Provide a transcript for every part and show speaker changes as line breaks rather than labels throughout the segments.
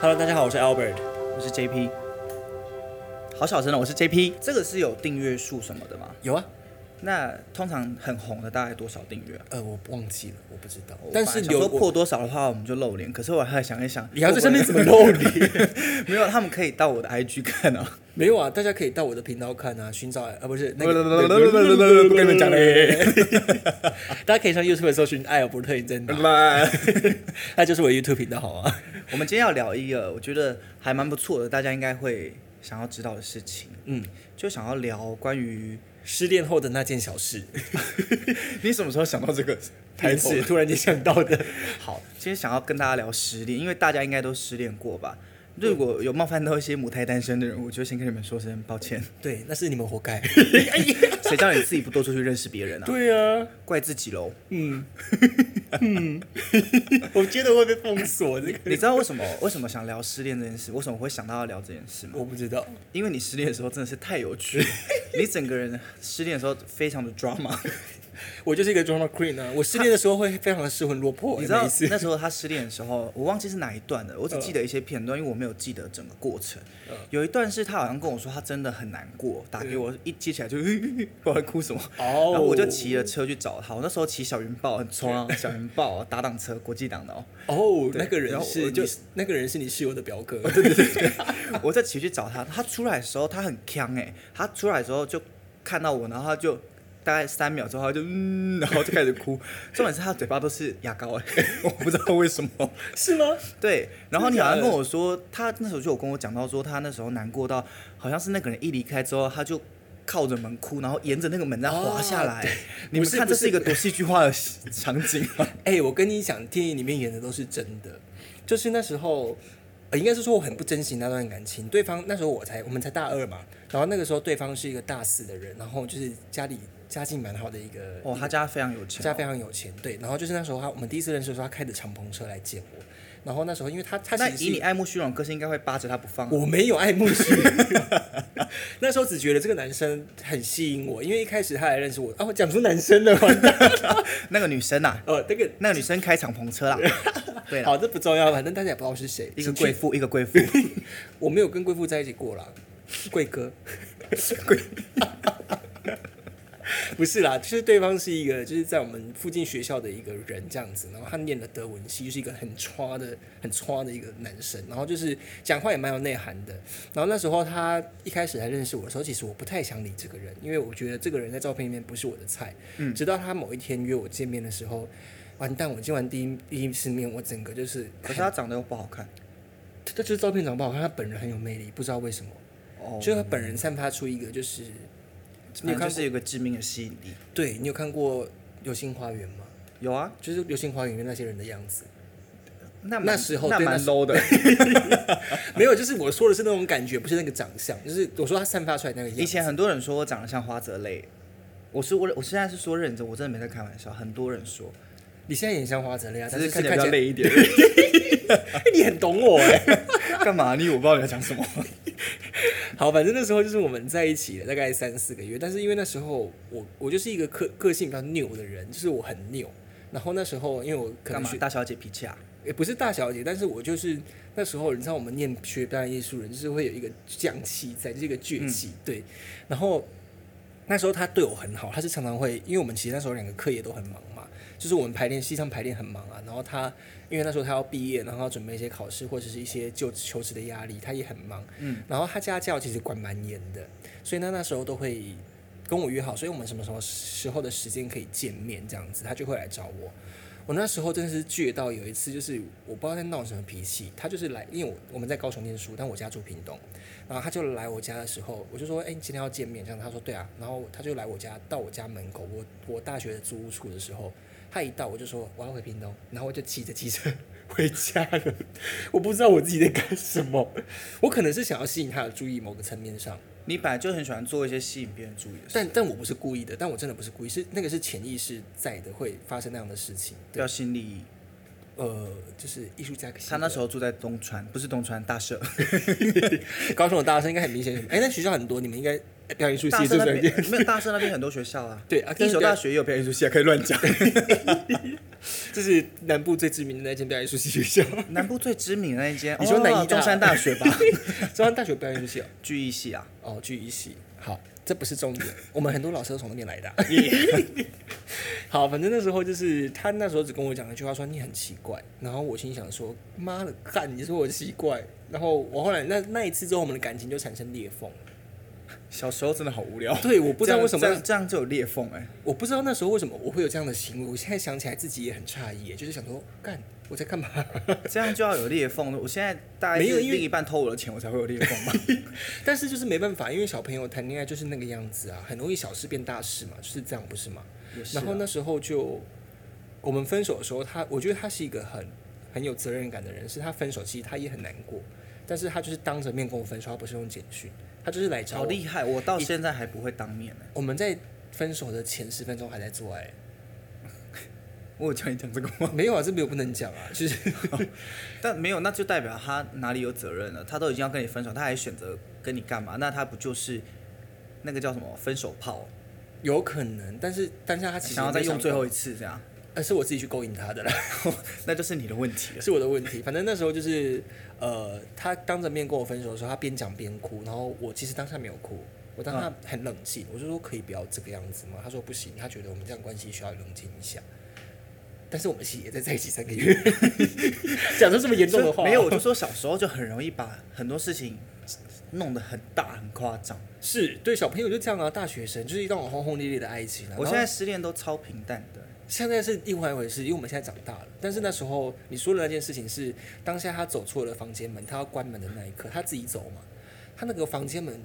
Hello，大家好，我是 Albert，
我是 JP，好小声哦，我是 JP。这个是有订阅数什么的吗？
有啊，
那通常很红的大概多少订阅啊？
呃，我忘记了，我不知道
我，
但
本
是
来想
有
说破
我
多少的话，我们就露脸。可是我还想一想，
你要在上面怎么露脸？
脸？ 没有，他们可以到我的 IG 看 哦。
没有啊，大家可以到我的频道看啊，寻找啊，不是那个，不跟你们讲嘞。大家可以上 YouTube 搜寻艾尔伯特影真的，那就是我的 YouTube 频道好吗？
我们今天要聊一个我觉得还蛮不错的，大家应该会想要知道的事情。
嗯，
就想要聊关于
失恋后的那件小事，
你什么时候想到这个
也是突然间想到的。
好，其实想要跟大家聊失恋，因为大家应该都失恋过吧。如果有冒犯到一些母胎单身的人，我就先跟你们说声抱歉。
对，那是你们活该。
谁叫你自己不多出去认识别人啊？
对啊，
怪自己喽。
嗯嗯，我觉得会被封锁这个，
你知道为什么为什么想聊失恋这件事？为什么会想到要聊这件事吗？
我不知道。
因为你失恋的时候真的是太有趣了，你整个人失恋的时候非常的 drama。
我就是一个 drama queen 啊！我失恋的时候会非常的失魂落魄，
你知道
每一次
那时候他失恋的时候，我忘记是哪一段了，我只记得一些片段，因为我没有记得整个过程。有一段是他好像跟我说他真的很难过，打给我一接起来就 我在哭什么，
哦
然后我就骑了车去找他。我那时候骑小云豹很冲 啊，小云豹打档车，国际档的哦。
哦，那个
然
人
后
是
我
就
就是
那个人是你室友的表哥，对对对，
我在骑去找他，他出来的时候他很强哎、他出来的时候就看到我，然后他就大概三秒之后他就嗯，然后就开 始哭。重点是他的嘴巴都是牙膏哎、我不知道为什么。
是吗？
对，然后你好像
真的假的
跟我说，他那时候就有跟我讲到说，他那时候难过到好像是那个人一离开之后，他就靠着门哭，然后沿着那个门在滑下来。
哦不
你们
是
看
不
这
是
是一个多戏剧化的 场景啊！
哎、我跟你讲，电影里面演的都是真的，就是那时候，呃，应该是说我很不珍惜那段感情。对方那时候我才我们才大二嘛，然后那个时候对方是一个大四的人，然后就是家里家境蛮好的一个，
哦，他家非常有钱
家
哦、
非常有钱，对。然后就是那时候他我们第一次认识的时候，他开着敞篷车来见我，然后那时候因为他他
那
其实
以
是
你爱慕虚荣的个性，应该会扒着他不放啊、
我没有爱慕虚荣， 那时候只觉得这个男生很吸引我，因为一开始他来认识我，啊，我讲出男生了，完蛋，
那个女生啊，
哦，那个
那个女生开敞篷 车啦。对啦，
好，这不重要，反正大家也不知道我是谁，
一个
是
贵
去，
妇，一个贵妇。
我没有跟贵妇在一起过啦，贵哥， 贵，不是啦，就是对方是一个就是在我们附近学校的一个人这样子，然后他念了德文系，就是一个很歘的很歘的一个男生，然后就是讲话也蛮有内涵的，然后那时候他一开始来认识我的时候，其实我不太想理这个人，因为我觉得这个人在照片里面不是我的菜。嗯，直到他某一天约我见面的时候，完蛋，我见完第一第一次面，我整个就是，
可是她长得又不好看。
他就是照片长得不好看，他本人很有魅力，不知道为什么，
哦，
就是他本人散发出一个就是，你
你
有看
看
过
是有个致命的吸引力。
对你有看过《流星花园》吗？
有啊，
就是《流星花园》里面那些人的样子，
那蛮
那时候
那
对那
蛮
时
low 的。
没有，就是我说的是那种感觉，不是那个长相，就是我说他散发出来那个样子。
以前很多人说我长得像花泽类，我是我我现在是说认真，我真的没在开玩笑。很多人说，
你现在也像花泽类啊，
只
但是
是看
看
起来比较
来，
累一点。
你很懂 我哎、
干嘛？你以为我不知道你在讲什么。
好，反正那时候就是我们在一起了大概三四个月，但是因为那时候我我就是一个个个性比较拗的人，就是我很拗。然后那时候因为我可
干
能
嘛
学？
大小姐脾气啊？
也不是大小姐，但是我就是那时候，你知道我们念学表演艺术人，就是会有一个匠气在，就是一个倔气，对。然后那时候他对我很好，他是常常会，因为我们其实那时候两个课业都很忙嘛，就是我们排练系上排练很忙啊，然后他因为那时候他要毕业，然后要准备一些考试或者是一些就求职的压力，他也很忙，嗯。然后他家教其实管蛮严的，所以呢那时候都会跟我约好，所以我们什么什么时候的时间可以见面这样子，他就会来找我。我那时候真的是倔到有一次，就是我不知道在闹什么脾气，他就是来，因为我我们在高雄念书，但我家住屏东，然后他就来我家的时候，我就说，哎、你今天要见面，这样他说对啊，然后他就来我家，到我家门口，我我大学的租屋处的时候，他一到我就说我要回屏东，然后我就骑着机车 回家了，我不知道我自己在干什么，我可能是想要吸引他的注意某个层面上，
你本来就很喜欢做一些吸引别人注意的事，
但但我不是故意的，但我真的不是故意，是那个是潜意识在的会发生那样的事情，对
标，新立异。
呃，就是艺术家可惜
他那
了
时候住在东川，不是东川大社，
高中的大声应该很明显。哎、那学校很多，你们应该呃表演艺术
大
系
社
是不
那
是？
边没有大社那边很多学校啊。
对啊
一所大学也有表演艺术系啊，可以乱 讲。
这是南部最知名的那间表演艺术系学校，
南部最知名的那一 间，
你说
哦
南医大
中山大学吧？
中央大学表演艺术系哦
剧艺系啊，
哦，剧一系。好，这不是重点，我们很多老师都从那边来的啊、 好，反正那时候就是他那时候只跟我讲了一句话说你很奇怪，然后我心想说妈的干，你说我奇怪。然后我后来那那一次之后，我们的感情就产生裂缝。
小时候真的好无聊。
对，我不知道为什么
这样这样就有裂缝哎、
我不知道那时候为什么我会有这样的行为，我现在想起来自己也很诧异耶，就是想说，干我在干嘛？
这样就要有裂缝了。我现在大概
没有
是
因为
另一半偷我的钱，我才会有裂缝吧？
但是就是没办法，因为小朋友谈恋爱就是那个样子啊，很容易小事变大事嘛，就是这样，不是吗？
也是啊
然后那时候就我们分手的时候，他我觉得他是一个很很有责任感的人，是他分手其实他也很难过，但是他就是当着面跟我分手，他不是用简讯，他就是来找
好
我。
厉害，我到现在还不会当面呢、
我们在分手的前十分钟还在做爱、
我有叫你讲这个吗？
没有啊，这没有不能讲啊，就是
但没有，那就代表他哪里有责任了。他都已经要跟你分手，他还选择跟你干嘛？那他不就是那个叫什么分手炮？
有可能，但是当下他其实
想要再
没
用最
到
后一次这样，
呃，是我自己去勾引他的啦，
那就是你的问题了。
是我的问题。反正那时候就是，呃，他当着面跟我分手的时候，他边讲边哭，然后我其实当下没有哭，我当
嗯
下很冷静，我就说可以不要这个样子吗？他说不行，他觉得我们这样关系需要冷静一下。但是我们其实也在在一起三个月， 讲出这么严重的话，
没有，我就说小时候就很容易把很多事情弄得很大很夸张。
是对小朋友就这样啊，大学生就是一段轰轰烈烈的爱情啊。
我
然后
现在失恋都超平淡的，
现在是另外一回事，因为我们现在长大了。但是那时候你说的那件事情是，当下他走错了房间门，他要关门的那一刻，他自己走嘛。他那个房间门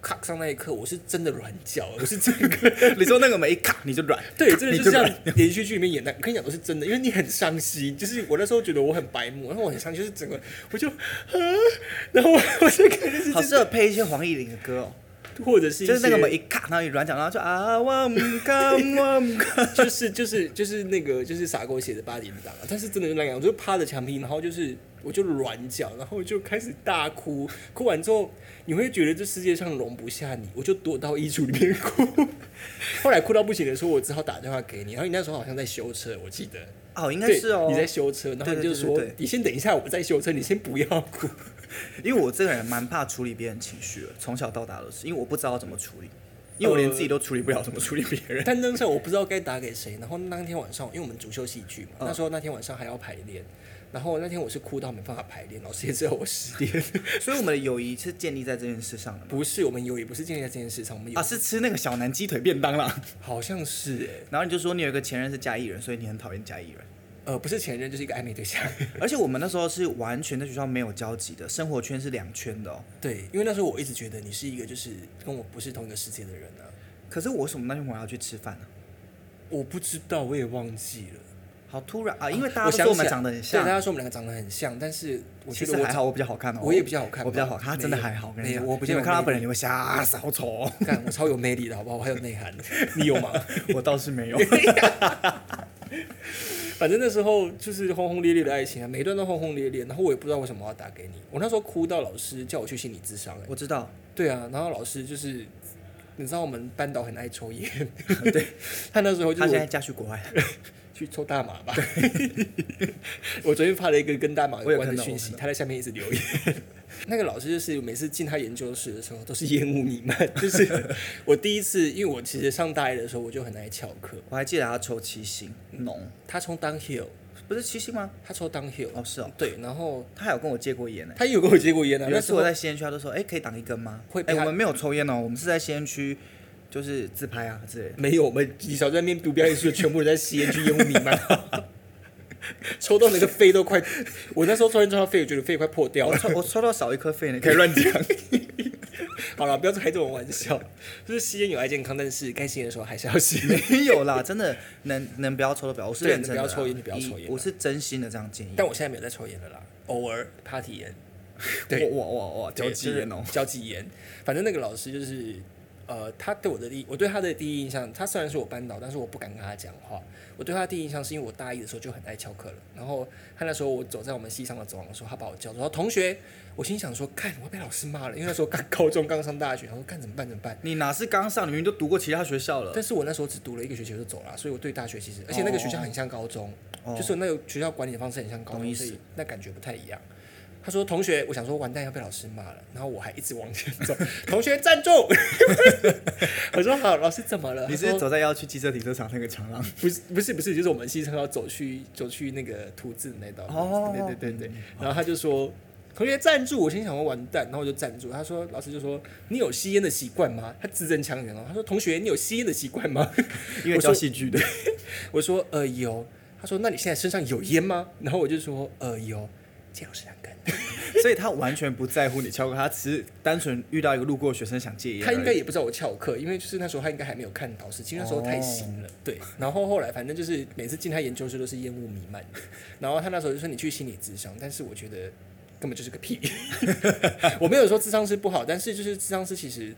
卡上那一刻，我是真的软脚，我是真 的，，
你说那个门一卡你就软
对，真的
你
就是像
软
连续剧里面演的。我跟你讲，都是真的，因为你很伤心。就是我那时候觉得我很白目，然后我很伤心，就是整个我就，啊、然后我 我就感觉是
好
真
适合配一些黄义玲的歌哦，
的，或者是一
就是那个
些
门一卡，然后你软脚，然后就啊哇唔 卡哇唔卡，
就是就是就是那个就是傻狗写的八点档啊，但是真的就那样，我就趴着墙壁，然后就是我就软脚，然后就开始大哭，哭完之后你会觉得这世界上容不下你，我就躲到衣橱里面哭。后来哭到不行的时候，我只好打电话给你，然后你那时候好像在修车，我记得，
哦应该
对，
是哦，
你在修车，然后你就说
对对对对对
你先等一下，我在修车，你先不要哭。
因为我这个人蛮怕处理别人情绪的，从小到大都是，因为我不知道怎么处理，因为我连
呃
自己都处理不了怎么处理别 人。
但当下我不知道该打给谁，然后那天晚上，因为我们主修戏剧嘛，
嗯
那时候那天晚上还要排练，然后那天我是哭到没办法排练，老师也知道我失恋。
所以我们的友谊是建立在这件事上的嘛
不是，我们友谊不是建立在这件事上，我们友
啊，是吃那个小南鸡腿便当啦。
好像是哎、
然后你就说你有一个前任是嘉义人，所以你很讨厌嘉 义人。
呃，不是前任就是一个暧昧对象。
而且我们那时候是完全在学校没有交集的，生活圈是两圈的哦。
对，因为那时候我一直觉得你是一个就是跟我不是同一个世界的人啊，
可是我为什么那天我要去吃饭呢、
我不知道，我也忘记了。
好突然啊！因为大家
我
都
想
说我们
起来
长得很
对，大
像，
家说我们两个长得很像，但是我
其
觉
实
得我
还好，我比较好看哦，
我也比较好看吧
我比较好看，他真的还好。跟你
没
讲，
有我比较
你
有
们看他
魅
本
力
人，你会吓死，好丑 哦。
干我超有魅力的好不好？我还有内涵，你有吗？
我倒是 没有。
反正那时候就是轰轰烈烈的爱情啊，每一段都轰轰烈烈。然后我也不知道为什么我要打给你，我那时候哭到老师叫我去心理咨商、欸。
我知道，
对啊，然后老师就是，你知道我们班导很爱抽 烟，对，他那时候就
他
是
现在
我
嫁去国外了。
去抽大麻吧。我昨天发了一个跟大麻
我
有
有
关的
看到
讯
我
息，
看
他在下面一直留言。那个老师就是每次进他研究室的时候都是烟雾弥漫，就是我第一次，因为我其实上大一的时候我就很爱翘课，
我还记得他抽七星浓，
他抽 downhill，
不是七星吗？
他抽 downhill，、
哦，是哦，
对，然后
他还有跟我借过烟呢。
他也有跟我接过烟啊，
有
那
一
时
次
候
我在吸烟区，他就说：“哎，可以挡一根吗？”
会被
哎，
他
我们没有抽烟哦，我们是在吸烟区，就是自拍啊之类的。
没有，我们你少在那边读表演术，全部人在吸烟区烟雾弥漫。 抽到那个肺都快，我那时候抽烟抽到肺，我觉得肺快破掉
我
了。
抽我抽到少一颗肺呢，可以乱讲。
好了，不要开这种玩笑，就是吸烟有害健康，但是该吸烟的时候还是要吸。
没有啦，真的能能不要抽都不要，我是
对
认真的啦。啊
能不要抽烟就不要抽烟啦啊
以我是真心的这样建议。
但我现在没有在抽烟了啦，偶尔 party 烟。对
我我我我交际烟哦
就是，交际炎。反正那个老师就是，呃，他对我的第一，我对他的第一印象，他虽然是我班导，但是我不敢跟他讲话。我对他的第一印象是因为我大一的时候就很爱翘课了，然后他那时候我走在我们系上的走廊的时候，他把我叫住，说同学，我心想说，看我要被老师骂了，因为那时候刚高中刚上大学，然后看怎么办怎么办。
你哪是刚上，你明明就读过其他学校了
但。是我那时候只读了一个学期我就走了，所以我对大学其实，而且那个学校很像高中，
哦
就是那个学校管理的方式很像高
懂意
中，
思
所以那感觉不太一样。他说：“同学，我想说完蛋要被老师骂了。”然后我还一直往前走，同学站住！ 我说：“好，老师怎么了？”
你
他
是
说
走在要去汽车停车场那个长廊？
不是不是不是，就是我们西城要走去走去那个图字那道。
哦
对对对对。然后他就说：“同学站住！”我心想说：“完蛋！”然后我就站住。他说：“老师就说你有吸烟的习惯吗？”他字正腔圆哦。他说：“同学，你有吸烟的习惯吗？”
因为教戏剧的，
我说呃有，他说那你现在身上有烟吗？然后我就说呃有，借老师两根。
所以他完全不在乎你翘课，他只是单纯遇到一个路过的学生想戒烟而已。
他应该也不知道我翘课，因为就是那时候他应该还没有看导师，其实那时候太新了。 对，然后后来反正就是每次进他研究室都是烟雾弥漫 的，然后他那时候就说你去心理咨商，但是我觉得根本就是个 屁。我没有说智商师不好，但是就是智商师其实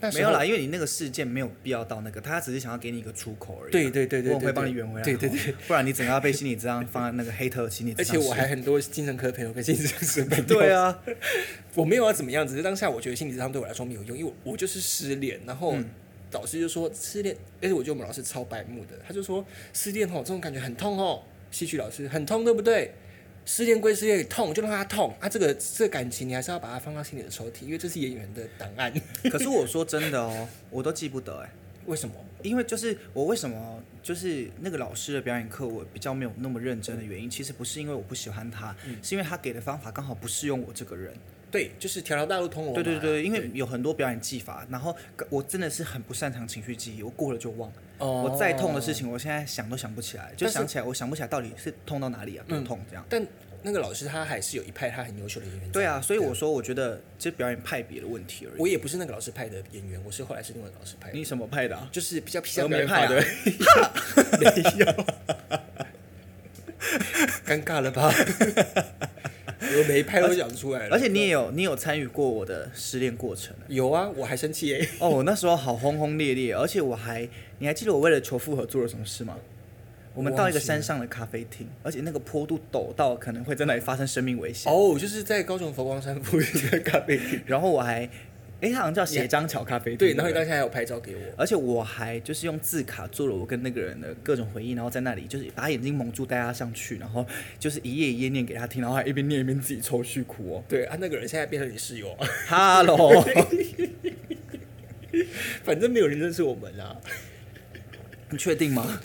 那时
没
候
有啦，因为你那个事件没有必要到那个，他只是想要给你一个出口而已。
对对对对对
我会帮你圆回来。
对对 对，
不然你整个要被心理这样放在那个黑特心理。
而且我还。很多精神科朋友跟精神师朋友，
对啊，
我没有要怎么样，只是当下我觉得心理智商对我来说没有用，因为我我就是失恋，然后
嗯
导师就说失恋，而且我觉得我们老师超白目的，他就说失恋吼这种感觉很痛哦，戏曲老师很痛对不对？失恋归失恋，痛就让它痛啊，这个这个感情你还是要把它放到心里的抽屉，因为这是演员的档 案。
可是我说真的哦，我都记不得哎，
为什么？
因为就是我为什么就是那个老师的表演课我比较没有那么认真的原因，其实不是因为我不喜欢他，是因为他给的方法刚好不适用我这个人。
对，就是条条大路通罗马啊。
对对对，因为有很多表演技法，然后我真的是很不擅长情绪记忆，我过了就忘。
哦
我再痛的事情，我现在想都想不起来，就
但是嗯
想起来，我想不起来到底是痛到哪里啊，多痛这样。
但那个老师他还是有一派他很优秀的演员在。
对啊，所以我说，我觉得这表演派别的问题而已。
我也不是那个老师派的演员，我是后来是另外一个老师派的。
你什么派的、啊？
就是比较偏向
峨眉派啊
的， 没有，尴尬了吧？峨眉派都讲出来了，
而且你也有，你有参与过我的失恋过程。
有啊，我还生气 耶、
哦，我那时候好轰轰烈烈，而且我还，你还记得我为了求复合做了什么事吗？我们到一个山上的咖啡厅，而且那个坡度陡到可能会在那里发生生命危险。
哦，就是在高雄佛光山附近的咖啡厅，
然后我还，哎，它好像叫斜张桥咖啡厅。
对，然后你当
不
下还有拍照给我，
而且我还就是用字卡做了我跟那个人的各种回忆，然后在那里就是把眼睛蒙住带他上去，然后就是一页一页念给他听，然后还一边念一边自己抽蓄哭哦。
对啊，那个人现在变成你室友啊，
Hello，
反正没有人认识我们啊，
你确定吗？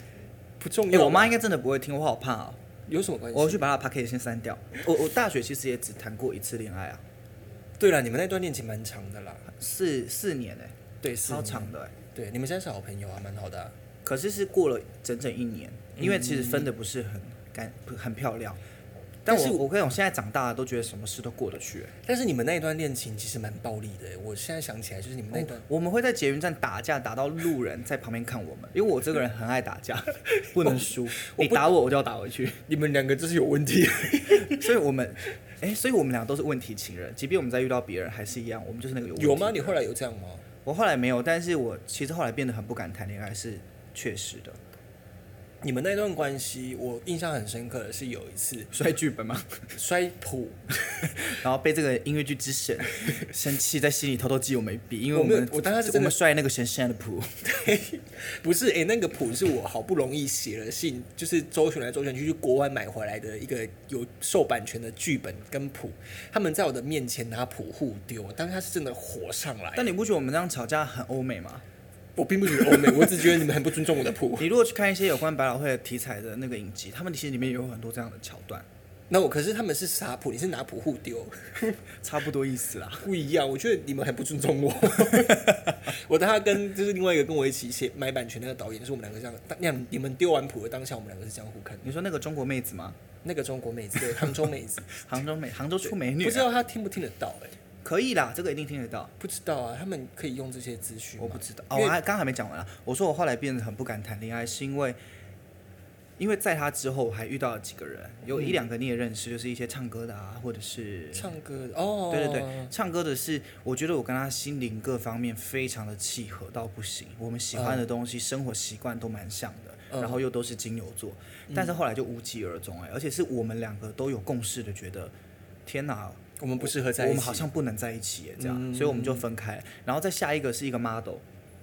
不重
哎、
要啊、
我妈应该真的不会听，我好怕哦。
有什么关系？
我要去把她的 p a c k e t 先删掉。我我大学其实也只谈过一次恋爱啊，
对了，你们那段恋情蛮长的啦，
四四年哎、
对，四
超
年
长的哎、
对，你们现在是好朋友啊，蛮好的啊、
可是是过了整整一年，因为其实分的不是很干，不很漂亮。但
嗯但是
我我跟你讲，我现在长大了都觉得什么事都过得去、哎
但是你们那一段恋情其实蛮暴力的耶、我现在想起来就是你们那段。
我们会在捷运站打架，打到路人在旁边看我们，因为我这个人很爱打架，不能输。 你打我，我就要打回去。
你们两个就是 有问题。
所以我们，哎、所以我们俩都是问题情人。即便我们在遇到别人，还是一样，我们就是那个有问题
有吗？
的
你后来有这样吗？
我后来没有，但是我其实后来变得很不敢谈恋爱，是确实的。
你们那段关系，我印象很深刻的是有一次
摔剧 本嘛，
摔谱，
然后被这个音乐剧之神生气，在心里偷偷记我们一笔，因为
我没有
们
我当时是真的
我们摔那个神仙的谱。
不是诶，那个谱是我好不容易写了信，就是周旋来周旋去去国外买回来的一个有受版权的剧本跟谱，他们在我的面前拿谱互丢，当时他是真的火上来。
但你不觉得我们这样吵架很欧美吗？
我并不觉得欧美，我只觉得你们很不尊重我的谱。
你如果去看一些有关百老汇的题材的那个影集，他们其实里面也有很多这样的桥段。
那我可是他们是傻谱，你是拿谱互丢，
差不多意思啦。
不一样。我觉得你们很不尊重我。 我当他跟就是另外一个跟我一起写买版权那个导演，是我们两个这样，当那样你们丢完谱的当下，我们两个是相互看的。
你说那个中国妹子吗？
那个中国妹子，对，杭州妹子，
杭州美，杭州出美女啊，
不知道她听不听得到哎、
可以啦，这个一定听得到。
不知道啊，他们可以用这些资讯吗
我不知道
因
哦，我
为
还刚还没讲完啊。我说我后来变得很不敢谈恋爱，是因为因为在他之后我还遇到了几个人，有一两个你也认识，就是一些唱歌的啊，或者是
唱歌的哦，
对对对，唱歌的是，我觉得我跟他心灵各方面非常的契合到不行，我们喜
哦
欢的东西、生活习惯都蛮像的，
嗯
然后又都是金牛座，但是后来就无疾而终哎、而且是我们两个都有共识的，觉得天哪，
我们不适合在一起，
我们好像不能在一起耶这样，所以我们就分开了。然后再下一个是一个 model，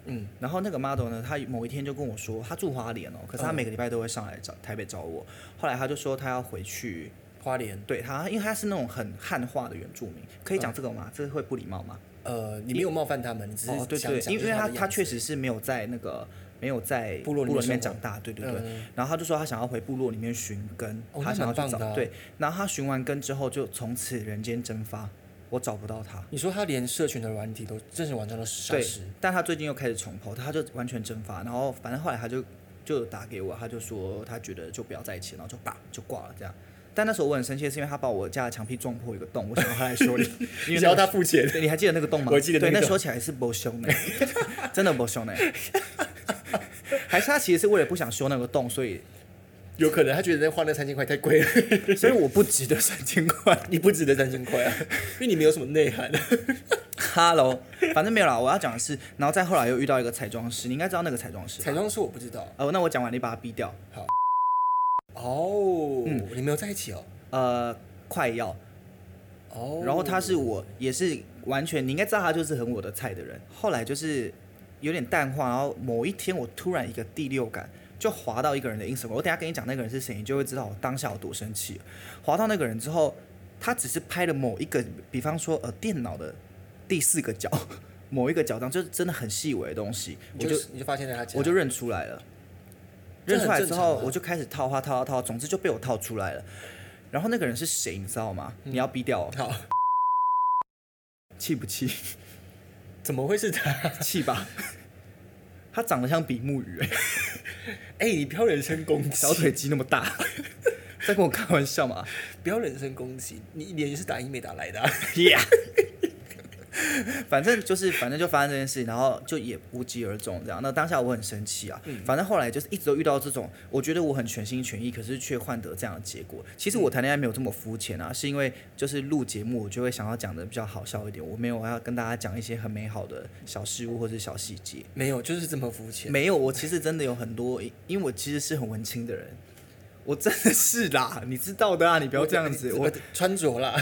嗯，
然后那个 model 呢，他某一天就跟我说，他住花莲哦，可是
嗯
他每个礼拜都会上来找台北找我。后来他就说他要回去，
花莲，
对他，因为他是那种很汉化的原住民，可以讲这个吗？这会不礼貌吗？
呃，你没有冒犯他们，你嗯只是
哦，对
想
对，
讲
因
就是
为
他
他
的
他
样子
确实是没有在那个没有在
部落里面
里面
生
长
活
大，对对
嗯
对。然后他就说他想要回部落里面寻根，
哦
他
那
想
蛮
要去
棒
找、
的啊
对，然后他寻完根之后就从此人间蒸发，我找不到他。
你说他连社群的软体都正式网站都消
对
失，，
但他最近又开始重抛，他就完全蒸发，然后反正后来他就就打给我，他就说他觉得就不要在一起，然后就叭就挂了这样。但那时候我很生气，是因为他把我家的墙壁撞破一个洞，我想要他来修理，因为那个
付钱
对，你还记得那个洞吗？
我记得那个
对，那
洞
说起来是不凶的， 真的不凶的。还是他其实是为了不想修那个洞，所 以
有可能他觉得花那三千块太贵了，
所以我不值得三千块。
你不值得三千块啊，因为你没有什么内涵。
Hello，反正没有啦。我要讲的是，然后再后来又遇到一个彩妆师，你应该知道那个彩妆师吧。
彩妆师我不知道
哦，那我讲完你把他逼掉。
哦，
嗯
你没有在一起哦，
呃，快要。
哦，
然后他是我也是完全，你应该知道他就是很我的菜的人。后来就是有点淡化，然后某一天我突然一个第六感就滑到一个人的 Instagram，我等一下跟你讲那个人是谁，你就会知道我当下有多生气了。滑到那个人之后，他只是拍了某一个，比方说呃电脑的第四个角，某一个角上，就是真的很细微的东西，
你
我
就
就是
你就发现在他家，
我就认出来了。
这
认
很
出来之
正常
后，
啊
我就开始套话套套套，总之就被我套出来了。然后那个人是谁，你知道吗？
嗯
你要逼掉哦，
好，
气不 气？
怎么会是他？
气吧。他长得像比目鱼、欸，
哎，你不要人身攻击，
小腿肌那么 大，在跟我开玩笑嘛？
不要人身攻击，你脸是打医美打来的啊，
呀、 反正就是，反正就发生这件事，然后就也无疾而终这样。那当下我很生气啊，反正后来就是一直都遇到这种，我觉得我很全心全意，可是却换得这样的结果。其实我谈恋爱没有这么肤浅啊，是因为就是录节目，我就会想要讲的比较好笑一点，我没有要跟大家讲一些很美好的小事物或者小细节。
没有，就是这么肤浅。
没有，我其实真的有很多，因因为我其实是很文青的人，我真的是啦，你知道的啊，你不要这样子，我
呃穿着 啦，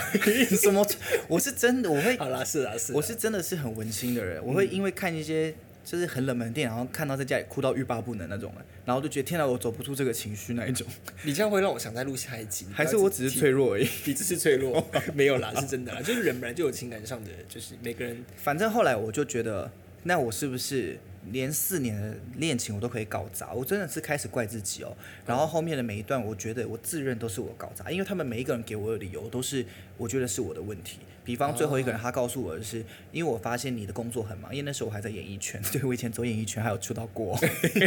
什么，我是真的，我 会，
好啦，是啦，是啦，
我是真的是很文青的人，我会因为看一些就是很冷门的电影，然后看到在家里哭到欲罢不能那种人，然后就觉得天哪，我走不出这个情绪那一种，
你这样会让我想再录下一集，
还是我只是脆弱而已。
你只是脆 弱，没有啦，是真的啦，就是人本来就有情感上的，就是每个人
反正后来我就觉得，那我是不是连四年的恋情我都可以搞砸？我真的是开始怪自己哦。然后后面的每一段，我觉得我自认都是我搞砸，因为他们每一个人给我的理由都是我觉得是我的问题。比方最后一个人，他告诉我的是，因为我发现你的工作很忙，因为那时候我还在演艺圈，对我以前走演艺圈还有出道过，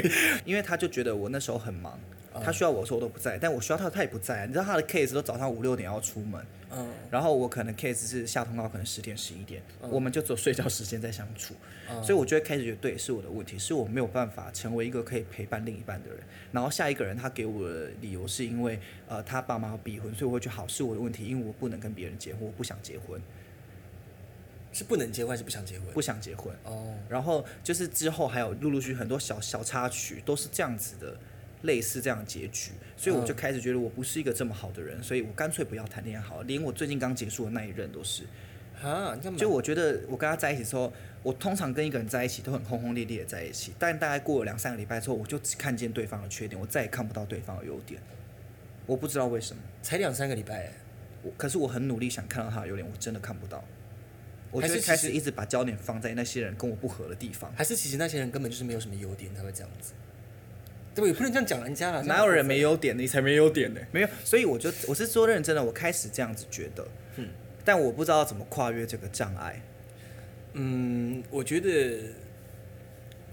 因为他就觉得我那时候很忙。他需要我的时候我都不在，但我需要他，他也不在、啊。你知道他的 case 都早上五六点要出门，
嗯
然后我可能 case 是下通告，可能十点十一点，我们就走睡觉时间在相处，
嗯
所以我就会开始觉得对是我的问题，是我没有办法成为一个可以陪伴另一半的人。然后下一个人他给我的理由是因为呃他爸妈要逼婚，所以我会觉得好是我的问题，因为我不能跟别人结婚，我不想结婚，
是不能结婚还是不想结婚？
不想结婚。
哦，
然后就是之后还有陆陆续续很多小小插曲都是这样子的。类似这样的结局，所以我就开始觉得我不是一个这么好的人，所以我干脆不要谈恋爱好了。连我最近刚结束的那一任都是，
哈，这样
就
就
我觉得我跟他在一起之后，我通常跟一个人在一起都很轰轰烈烈的在一起，但大概过了两三个礼拜之后，我就只看见对方的缺点，我再也看不到对方的优点。我不知道为什么，
才两三个礼拜，欸
我可是我很努力想看到他的优点，我真的看不到。我
还
就是会开
其实
始一直把焦点放在那些人跟我不合的地方。
还是其实那些人根本就是没有什么优点才会这样子。对，也不能这样讲人家啦，
哪有人没优点？你才没优点呢、没有，所以我就我是说认真的，我开始这样子觉得，嗯，但我不知道怎么跨越这个障碍。
嗯，我觉得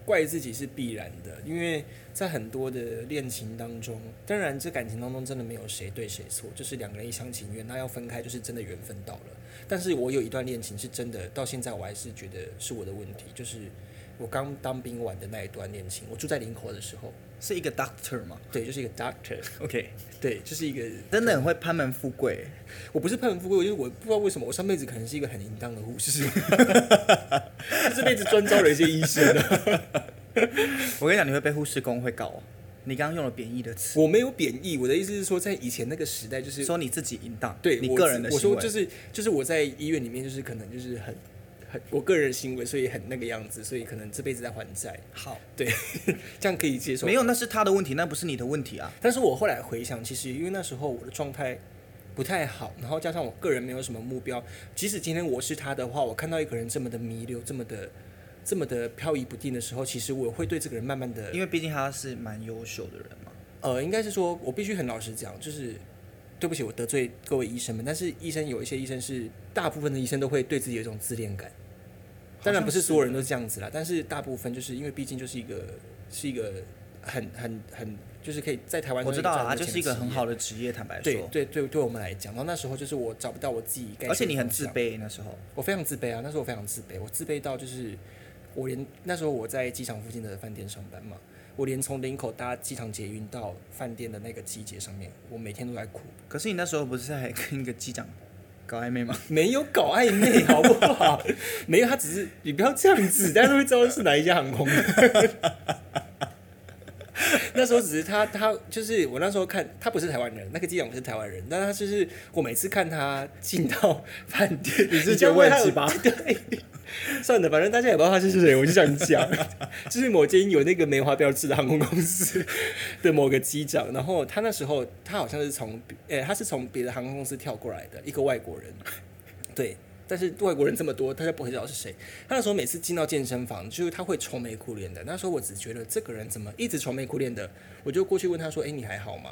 怪自己是必然的，因为在很多的恋情当中，当然这感情当中真的没有谁对谁错，就是两个人一厢情愿，那要分开就是真的缘分到了。但是我有一段恋情是真的，到现在我还是觉得是我的问题，就是我刚当兵完的那一段恋情，我住在林口的时候，
是一个 doctor 吗
对，就是一个 doctor，
？OK，
对，就是一个
真的很会攀门富贵、
我不是攀门富贵，就是我不知道为什么我上辈子可能是一个很淫荡的护士， 这辈子专招了一些医生。啊
我跟你讲，你会被护士工会告哦。你刚刚用了贬义的词，
我没有贬义，我的意思是说，在以前那个时代，就是
说你自己淫荡，
对
你
我
个人的
我
行
说
为，
就是就是我在医院里面，就是可能就是很很我个人的行为，所以很那个样子，所以可能这辈子在还债，
好，
对，这样可以接受。
没有，，那是他的问题，那不是你的问题啊。
但是我后来回想，其实因为那时候我的状态不太好，然后加上我个人没有什么目标，即使今天我是他的话，我看到一个人这么的迷流，这么的这么的飘移不定的时候，其实我会对这个人慢慢的
因为毕竟他是蛮优秀的人嘛。
呃，应该是说，我必须很老实讲，就是对不起，我得罪各位医生们，但是医生有一些医生是，大部分的医生都会对自己有一种自恋感。当然不是所有人都这样子啦，但是大部分就是因为毕竟就是一个是一个很很很就是可以在台湾
我知道
算
啊，
赚
他
很多
就是一个
钱的
很
职业
好的职业，坦白
对
说。
对对对我们来讲，然后那时候就是我找不到我自己该
而且
去的
你很
方
自
向
卑那时候，
我非常自卑啊，那时候我非常自卑，我自卑到就是我连那时候我在机场附近的饭店上班嘛，我连从林口搭机场捷运到饭店的那个机捷上面，我每天都在哭，
可是你那时候不是还跟一个机长搞暧昧吗？
没有搞暧昧好不好？没有，他只是你不要这样子，大家都会知道是哪一家航空的 那时候只是他，他就是我那时候看他不是台湾人，那个机长不是台湾人，但他就是我每次看他进到饭店，你
是
这样
觉得
问他
我很
有对，算了，反正大家也不知道他是谁，我就想讲，就是某间有那个梅花标志的航空公司的某个机长，然后他那时候他好像是从，呃、他是从别的航空公司跳过来的一个外国人，对。但是外国人这么多，大家不会知道是谁。他那时候每次进到健身房，就是他会愁眉苦脸的。那时候我只觉得这个人怎么一直愁眉苦脸的，我就过去问他说：“哎、你还好吗？”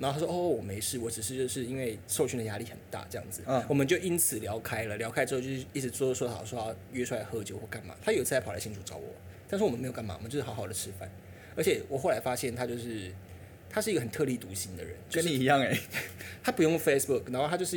然后他说：“哦，我没事，我只是就是因为受训的压力很大这样子。”
嗯
我们就因此聊开了。聊开之后就是一直说说好说要约出来喝酒或干嘛。他有一次还跑来新竹找我，但是我们没有干嘛，我们就是好好的吃饭。而且我后来发现他就是他是一个很特立独行的人，就
跟
是
你一样哎、
他不用 Facebook，然后他就是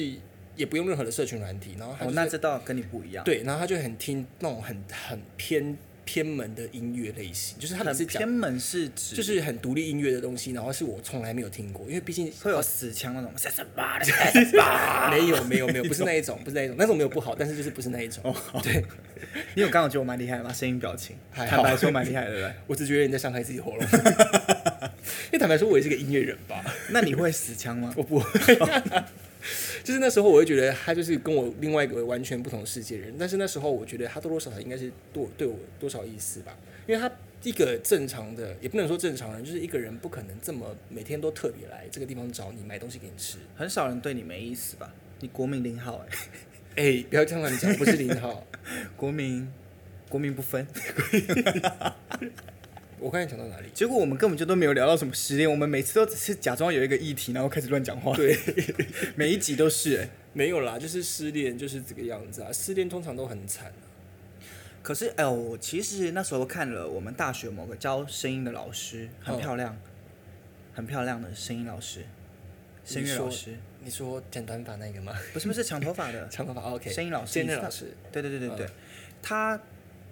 也不用任何的社群软体，然后他、
哦
就是、，
那这倒跟你不一样。，
对，然后他就很听那种很很偏偏门的音乐类型，就是他每
很
次
偏
讲
门是指
就是很独立音乐的东西，然后是我从来没有听过，因为毕 竟啊
会有死腔那种，啊
没有没有没有，不是那一种，不是那一种，那种没有不好，但是就是不是那一种。对，
你有刚好觉得我蛮厉害吗？声音表情，
还
坦
好
白说蛮厉害的，对不对？
我只觉得你在伤害自己喉咙， 因为坦白说，我也是个音乐人吧。
那你会死腔吗？
我不会。就是那时候，我会觉得他就是跟我另外一个完全不同世界的人，但是那时候我觉得他多多少少应该是对我对我多少意思吧，因为他一个正常的，也不能说正常人，就是一个人不可能这么每天都特别来这个地方找你买东西给你吃。
很少人对你没意思吧？你国民零号哎、
哎、不要这样乱讲，不是林浩，
国民国民不分。
我刚才讲到哪里？
结果我们根本就都没有聊到什么失恋，我们每次都只是假装有一个议题，然后开始乱讲话。对， 每一集都是、哎。
没有啦，就是失恋就是这个样子啊，失恋通常都很惨、啊。
可是，哎、我其实那时候看了我们大学某个教声音的老师，很
嗯
漂亮，很漂亮的声音老师，声
你
乐
说
老师，
你说剪短发那个 吗？，
不是不是长头发 的
长头发哦，OK，
声音老师嗯
监
你
狱
知道
老师，
对对对对对，他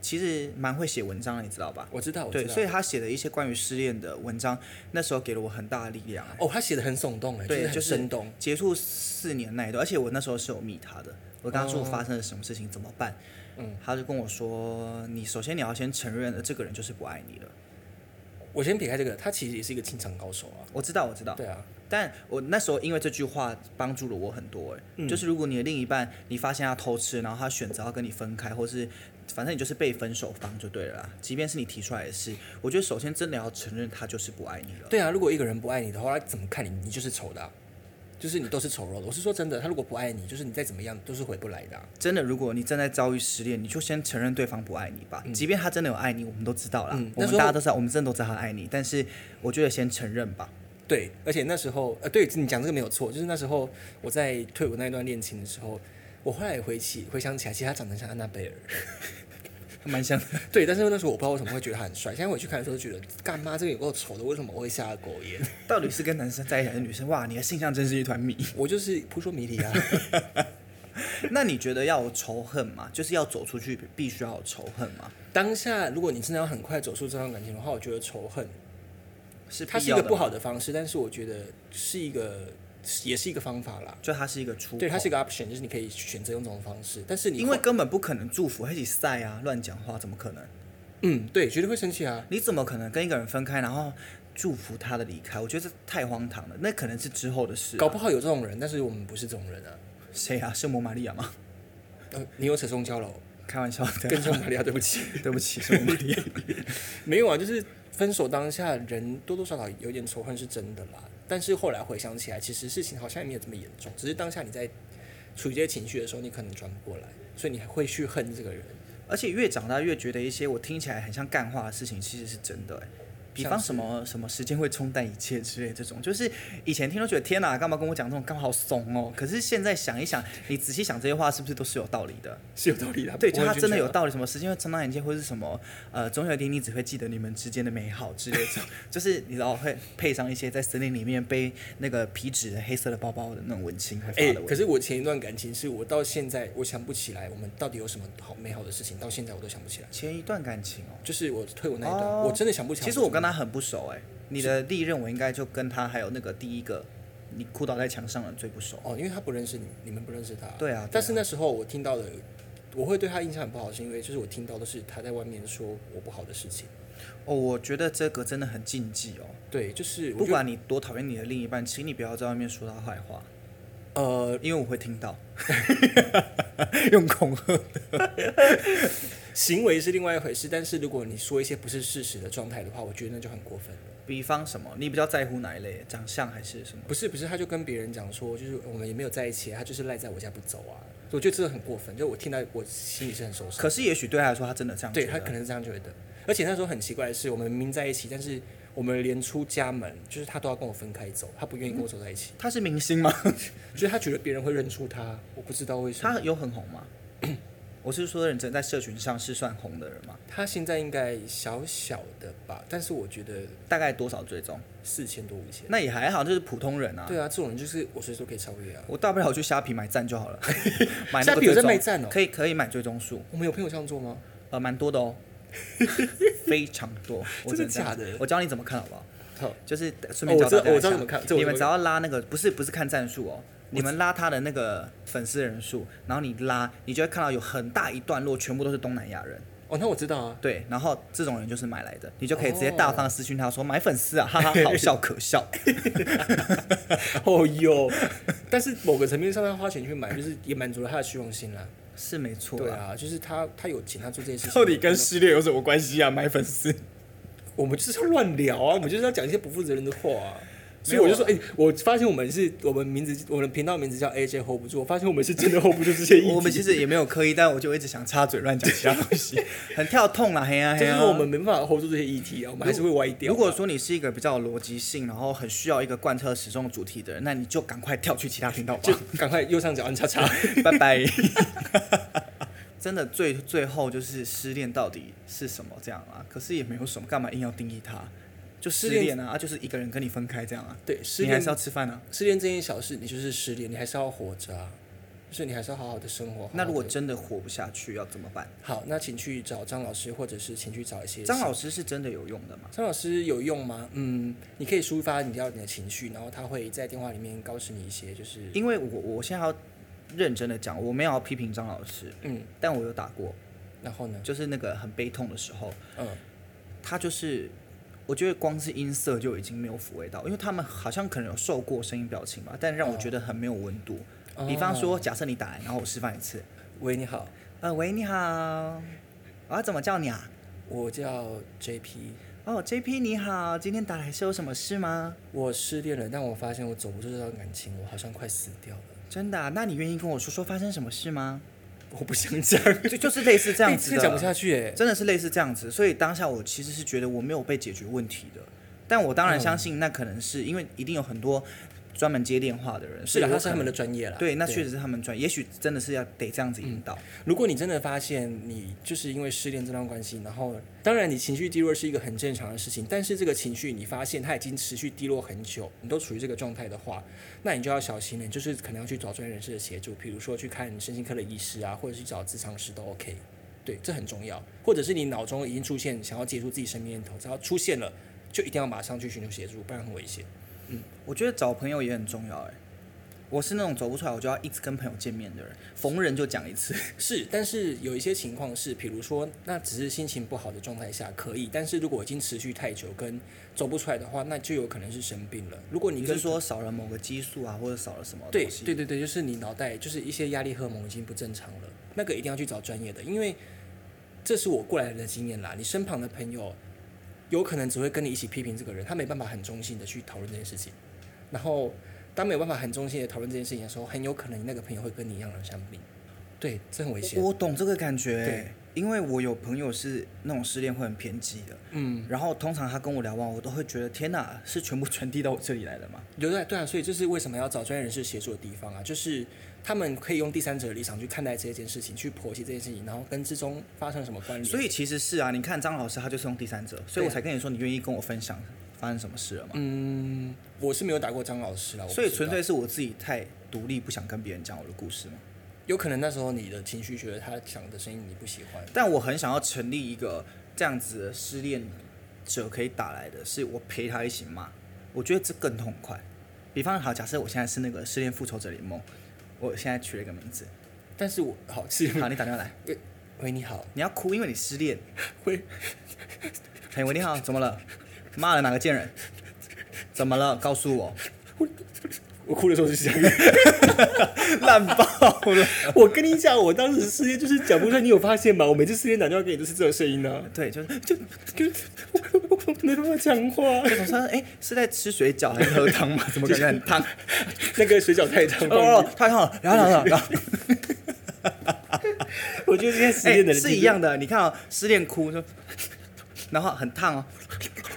其实蛮会写文章的，你知道吧？
我知道，我知
对，
道。
所以他写的一些关于失恋的文章，那时候给了我很大的力量。哎
哦，他写的很耸动哎，
对，
是
就
很
是
生动。
结束四年那一段，而且我那时候是有密他的，我跟他说我发生了什么事情怎么办，
嗯，
他就跟我说，你首先你要先承认了这个人就是不爱你了。
我先撇开这个，他其实也是一个情场高手啊。
我知道，我知道，
对啊，
但我那时候因为这句话帮助了我很多、欸，就是如果你的另一半你发现他偷吃，然后他选择要跟你分开，或是反正你就是被分手方就对了啦。即便是你提出来的事，我觉得首先真的要承认他就是不爱你了。
对啊，如果一个人不爱你的话，他怎么看你，你就是丑的啊、就是你都是丑陋的。我是说真的，他如果不爱你，就是你再怎么样都是回不来的啊、
真的，如果你正在遭遇失恋，你就先承认对方不爱你吧。即便他真的有爱你，我们都知道啦，
嗯
我
那时
们
候
大家都知道，我们真的都知道他爱你。但是我觉得先承认 吧。
对，而且那时候，呃，对你讲这个没有错，就是那时候我在退伍那一段恋情的时候，我后来回起回想起来，其实他长得像安娜贝尔。
蛮像的，
对，但是那时候我不知道为什么会觉得他很帅，现在回去看的时候觉得，干妈这个有够丑的，为什么我会下狗眼？
到底是跟男生在一起还是女生？哇，你的性向真是一团谜。
我就是扑朔迷离啊。
那你觉得要有仇恨吗？就是要走出去，必须要有仇恨吗？
当下如果你真的要很快走出这段感情的话，我觉得仇恨
是
它
必
是一
要
个
的
不
吗，
好的方式，但是我觉得是一个也是一个方法啦。
就它是一个出口。
对，它是一个 option，就是你可以选择用这种方式，但是你
因为
后
根本不可能祝福一起晒啊，乱讲话怎么可能？
嗯，对，绝对会生气啊。
你怎么可能跟一个人分开，然后祝福他的离开？我觉得这太荒唐了，那可能是之后的事、啊
搞不好有这种人，但是我们不是这种人啊。
谁啊？圣母玛利亚吗？
呃，你有扯松交了，
开玩笑 的，
跟上玛利亚，啊对不起。
对不起，圣母玛利亚。
没有啊，就是分手当下，人多多少少有点仇恨是真的啦。但是后来回想起来，其实事情好像也没有这么严重，只是当下你在处于这些情绪的时候，你可能转不过来，所以你还会去恨这个人。
而且越长大越觉得一些我听起来很像干话的事情，其实是真的、欸。比
像
方
是
什么什么时间会冲淡一切之类这种，就是以前听都觉得天哪，干嘛跟我讲这种，干嘛好怂哦。可是现在想一想，你仔细想这些话是不是都是有道理的？
是有道理的啊
对，就它真的有道理。什么时间会冲淡一切，或是什么呃，总有一天你只会记得你们之间的美好之类的 这种，就是你知道会配上一些在森林里面背那个皮质的黑色的包包的那种文青会发
哎、
的文。
可是我前一段感情是我到现在我想不起来，我们到底有什么好美好的事情，到现在我都想不起来。
前一段感情哦，
就是我退伍那一段，
哦
我真的想不起来。
其实我跟他很不熟哎、你的历任我应该就跟他还有那个第一个你哭倒在墙上的最不熟。
哦，因为他不认识你，你们不认识他。
对啊对啊
但是那时候我听到的，我会对他印象很不好，是因为就是我听到的是他在外面说我不好的事情。
哦，我觉得这个真的很禁忌哦，
对，就是我
不
觉得
管你多讨厌你的另一半，请你不要在外面说他坏话，
呃
因为我会听 到，用恐吓。
行为是另外一回事，但是如果你说一些不是事实的状态的话，我觉得那就很过分了。
比方什么，你比较在乎哪一类？长相还是什么？
不是不是，他就跟别人讲说，就是我们也没有在一起，他就是赖在我家不走啊。我觉得这个很过分，就我听到我心里是很受伤。
可是也许对他来说，他真的这样
对
觉
他
得
可能是这样觉得，而且那时候很奇怪的是，我们明明在一起，但是我们连出家门，就是他都要跟我分开走，他不愿意跟我走在一起。
他是明星吗？
就是他觉得别人会认出他，我不知道为什么。
嗯他有很红吗？ 我是说认真，在社群上是算红的人吗？
他现在应该小小的吧，但是我觉得
大概多少追踪？
四千多五千。
那也还好，就是普通人啊。
对啊，这种人就是我随时都可以超越啊。
我大不了去虾皮买赞就好了， 买那
虾
个
皮有
追
在
踪
卖赞哦
可以可以买追踪数，
我们有朋友这样做吗？
呃，蛮多 的哦，非常多，我
真的
只能这样
假的
我教你怎么看好不好？
好，
就是呃顺
哦
便
我
教
知
大
道
家
我
一
知道
下
怎么看这我
你
怎
们
么
只要拉那个不是不是看赞数哦，你们拉他的那个粉丝人数，然后你拉，你就会看到有很大一段落全部都是东南亚人，
哦，那我知道啊。
对，然后这种人就是买来的，你就可以直接
哦
大方地私讯他说买粉丝啊，哈哈，好笑可笑。
哦哟， 但是某个层面上，他花钱去买，就是也满足了他的虚荣心啦。
是没错
对
啦，
啊，就是他他有钱，他做这件事情。
到底跟
我们
失恋有什么关系啊？买粉丝。
我们就是要乱聊啊，我们就是要讲一些不负责任的话啊。所以
没
我
有啊
就说，哎、我发现我们是我们名字，我们频道名字叫 AJ Hold 不住，我发现我们是真的 Hold 不住这些议题。
我们其实也没有刻意，但我就一直想插嘴乱讲其他东西，很跳痛啦，嘿呀
就
嘿啊
是
呀。
我们没办法 hold 住这些议题啊，我们还是会歪掉啊。
如果说你是一个比较有逻辑性，然后很需要一个贯彻始终的主题的人，那你就赶快跳去其他频道吧
就，赶快右上角按叉 叉。
拜拜。真的最最后就是失恋到底是什么这样啊？可是也没有什么，干嘛硬要定义它？就失恋啊，啊就是一个人跟你分开这样啊。
对，失
你还
恋
是要吃饭啊。
失恋这件小事，你就是失恋，你还是要活着啊，就是你还是要好好的生活。好好地
那如果真的活不下去要怎么办？
好，那请去找张老师，或者是请去找一些
张老师是真的有用的吗？
张老师有用吗？嗯，你可以抒发你要你的情绪，然后他会在电话里面告诉你一些，就是
因为我我现在要认真的讲，我没有要批评张老师，
嗯，
但我有打过，
然后呢，
就是那个很悲痛的时候，
嗯，
他就是我觉得光是音色就已经没有抚慰到，因为他们好像可能有受过声音表情吧，但让我觉得很没有温度。
哦
比方说，假设你打来，然后我示范一次，
喂，你好，
呃，喂，你好，我要怎么叫你啊？
我叫 JP，
哦，JP 你好，今天打来是有什么事吗？
我失恋了，但我发现我走不出这段感情，我好像快死掉了。
真的啊、那你愿意跟我说说发生什么事吗？
我不想讲，
就就是类似这样
一
子
次
的，
讲不下去哎。
真的是类似这样子，所以当下我其实是觉得我没有被解决问题的，但我
嗯
当然相信那可能是因为一定有很多专门接电话的人，
是
所
啦，
以
他
我
是他们的专业嗯啦。
对，那确实是他们专，也许真的是要得这样子引导，
如果你真的发现你就是因为失恋这段关系，然后当然你情绪低落是一个很正常的事情，但是这个情绪你发现它已经持续低落很久，你都处于这个状态的话，那你就要小心了，你就是可能要去找专业人士的协助，比如说去看身心科的医师啊，或者去找咨商师都 OK。对，这很重要。或者是你脑中已经出现想要结束自己生命的念头，只要出现了，就一定要马上去寻求协助，不然很危险。
我觉得找朋友也很重要、哎，我是那种走不出来，我就要一直跟朋友见面的人，逢人就讲一次，
是，但是有一些情况是，比如说，那只是心情不好的状态下可以，但是如果已经持续太久跟走不出来的话，那就有可能是生病了。如果 你
你
跟
是说少了某个激素啊，或者少了什么
对
东西？
对对对，就是你脑袋就是一些压力荷尔蒙已经不正常了，那个一定要去找专业的，因为这是我过来人的经验啦。你身旁的朋友有可能只会跟你一起批评这个人，他没办法很中性的去讨论这件事情。然后当没有办法很中性的讨论这件事情的时候，很有可能你那个朋友会跟你一样的伤病。对，这很危险。
我我懂这个感觉、欸
对
因为我有朋友是那种失恋会很偏激的，
嗯。
然后通常他跟我聊完，我都会觉得天哪，是全部传递到我这里来的吗？
对对对啊，所以这是为什么要找专业人士协助的地方啊，就是他们可以用第三者的立场去看待这件事情，去剖析这件事情，然后跟之中发生了什么关联。
所以其实是啊，你看张老师他就是用第三者，所以我才跟你说你愿意跟我分享发生什么事了嘛。
嗯，我是没有打过张老师啦，我不
所以
知
纯
道
粹是我自己太独立，不想跟别人讲我的故事嘛。
有可能那时候你的情绪觉得他讲的声音你不喜欢，
但我很想要成立一个这样子的失恋者可以打来的，是我陪他一起骂，我觉得这更痛快。比方好，假设我现在是那个失恋复仇者联盟，我现在取了一个名字，
但是我好是
好，你打电话来，
喂你好，
你要哭，因为你失恋。
喂
嘿，喂，你好，怎么了？骂了哪个贱人？怎么了？告 诉我。
我哭的时候 就是这样，
烂爆了。
我跟你讲，我当时失恋就是讲不出来，你有发现吗？我每次失恋打电话给你都是这个声音呢、啊，
对，就是就
就是我我我没办法讲 话，
我想说，哎、是在吃水饺还是喝汤 吗？怎么感觉很烫？
那个水饺太烫
哦
了，，
太烫了，然后然后然 后，
我觉得现在失
哎、
恋的人
是一样的。你看哦，失恋哭就，然后很烫哦，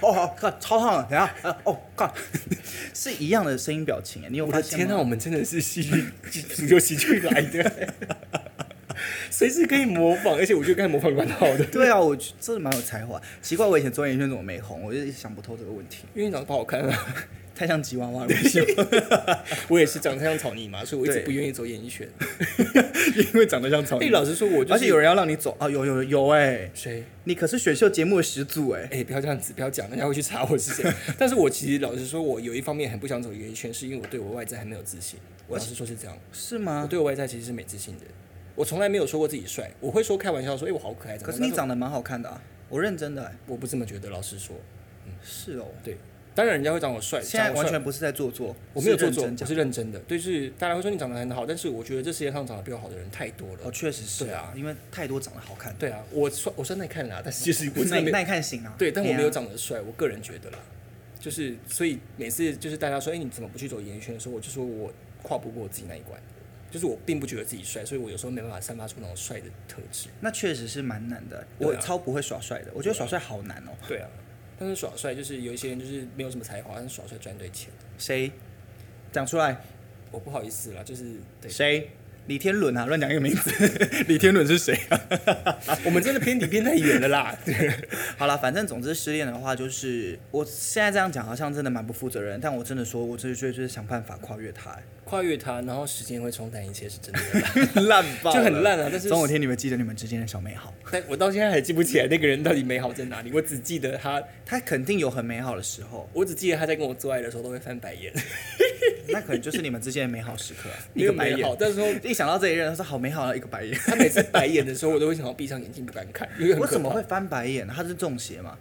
哦，好看超烫了，等一下，啊哦，靠，是一样的声音表情，哎你有
我
发
的
现
天
吗？
呐，我们真的是戏剧足球喜剧来的， 随时可以模仿，而且我觉得刚才模仿蛮好的，
对啊，我觉得真的蛮有才华。奇怪，我以前中演圈怎么没红？我就一直想不透这个问题，
因为你长得不好看啊，
太像吉娃娃 了，不是吗
我也是长得像草泥马，所以我一直
对
不愿意走演艺圈。
因为长得像草
哎，
泥马。
老实说，我就
而且有
人
人要让你走啊，有有有有哎、
谁？
你可是选秀节目的始祖哎、
哎、不要这样子，不要讲，人家会去查我是 谁。但是我其实老实说，我有一方面很不想走演艺圈，是因为我对我外在还没有自信。我老实说是这样，
是
我
吗？
对我外在其实是没自信的。我从来没有说过自己帅，我会说开玩笑说，哎、我好可爱。怎么
可是
样
你，长得蛮好看的啊，我认真的、欸。
但是我不这么觉得。老实说，
是哦，
对，当然人家会讲我帅，
现在
讲我
完
帅
全不是在做作，
我没有做
是
作，
认
我
真
是
讲。
认真的。对，是大家会说你长得很好，但是我觉得这世界上长得比我好的人太多
哦，
了。
确实是
对啊，
因为太多长得好看。，
对啊，我算我算耐看啊啦，但是就是我真
耐
的没有
耐看型啊。
对，但我
嘿啊
没有。长得帅，我个人觉得啦，就是所以每次就是大家说，哎、你怎么不去走演艺圈的时候，我就说我跨不过我自己那一关，就是我并不觉得自己帅，所以我有时候没办法散发出那种帅的特质。
那确实是蛮难的，
对啊啊
我超不会耍帅的，我觉得耍帅好难哦。
对啊，但是耍帅就是有一些人就是没有什么才华，但是耍帅赚对钱，
谁？讲出来，
我不好意思啦，就是 对，
谁？李天伦啊，乱讲一个名字。 李天伦是谁啊？
我们真的偏离偏太远了啦。对
好了，反正总之失恋的话，就是我现在这样讲好像真的蛮不负责任，但我真的说，我真的觉得就是想办法跨越它、
跨越它，然后时间会冲淡一切，是真的啦。
烂爆了，
就很烂啊但是
总有一天你们记得你们之间的小美好，
但我到现在还记不起来那个人到底美好在哪里，我只记得他，
他肯定有很美好的时候，
我只记得他在跟我做爱的时候都会翻白眼，
那可能就是你们之间的美好 时刻啊、
没
一
有
个白
美好。
眼。
但是说
一想到这一任，他说好美好啊，一个白眼。
他每次白眼的时候，我都会想要闭上眼睛不敢看，因为很
我
可
怎
怕
么会翻白眼呢？他是中邪嘛？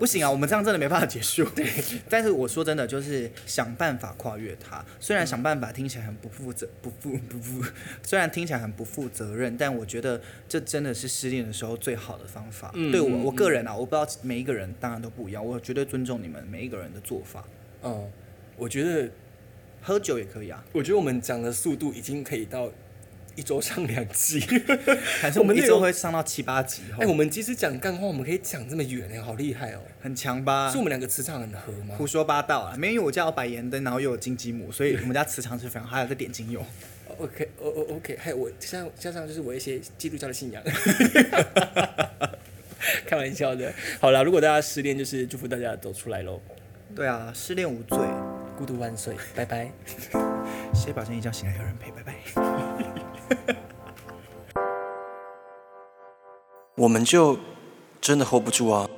不行啊，我们这样真的没办法结束。对， 但是我说真的，就是想办法跨越它。虽然想办法听起来很不负责、不负、不负，虽然听起来很不负责任，但我觉得这真的是失恋的时候最好的方法。
嗯
对
嗯
我我个人啊，我不知道每一个人当然都不一样，我绝对尊重你们每一个人的做法。
嗯，我觉得，
喝酒也可以啊，
我觉得我们讲的速度已经可以到一周上两集。
还是
我
我
们
们一
内容
周会上到七八集哦
哎、我们即使讲干话，我们可以讲这么远哎，好厉害哦！
很强吧
是？我们两个磁场很合吗？
胡说八道啊！没有，因为我家有百盐灯，然后又有金鸡母，所以我们家磁场是非常好，还有在点精油。
OK，哦哦 OK，还有我加上加上就是我一些基督教的信仰，开玩笑的。好啦，如果大家失恋，就是祝福大家走出来喽，
对啊，失恋无罪。
孤独万岁，拜拜。
谁保证一觉醒来有人陪？拜拜。
我们就真的 hold 不住啊。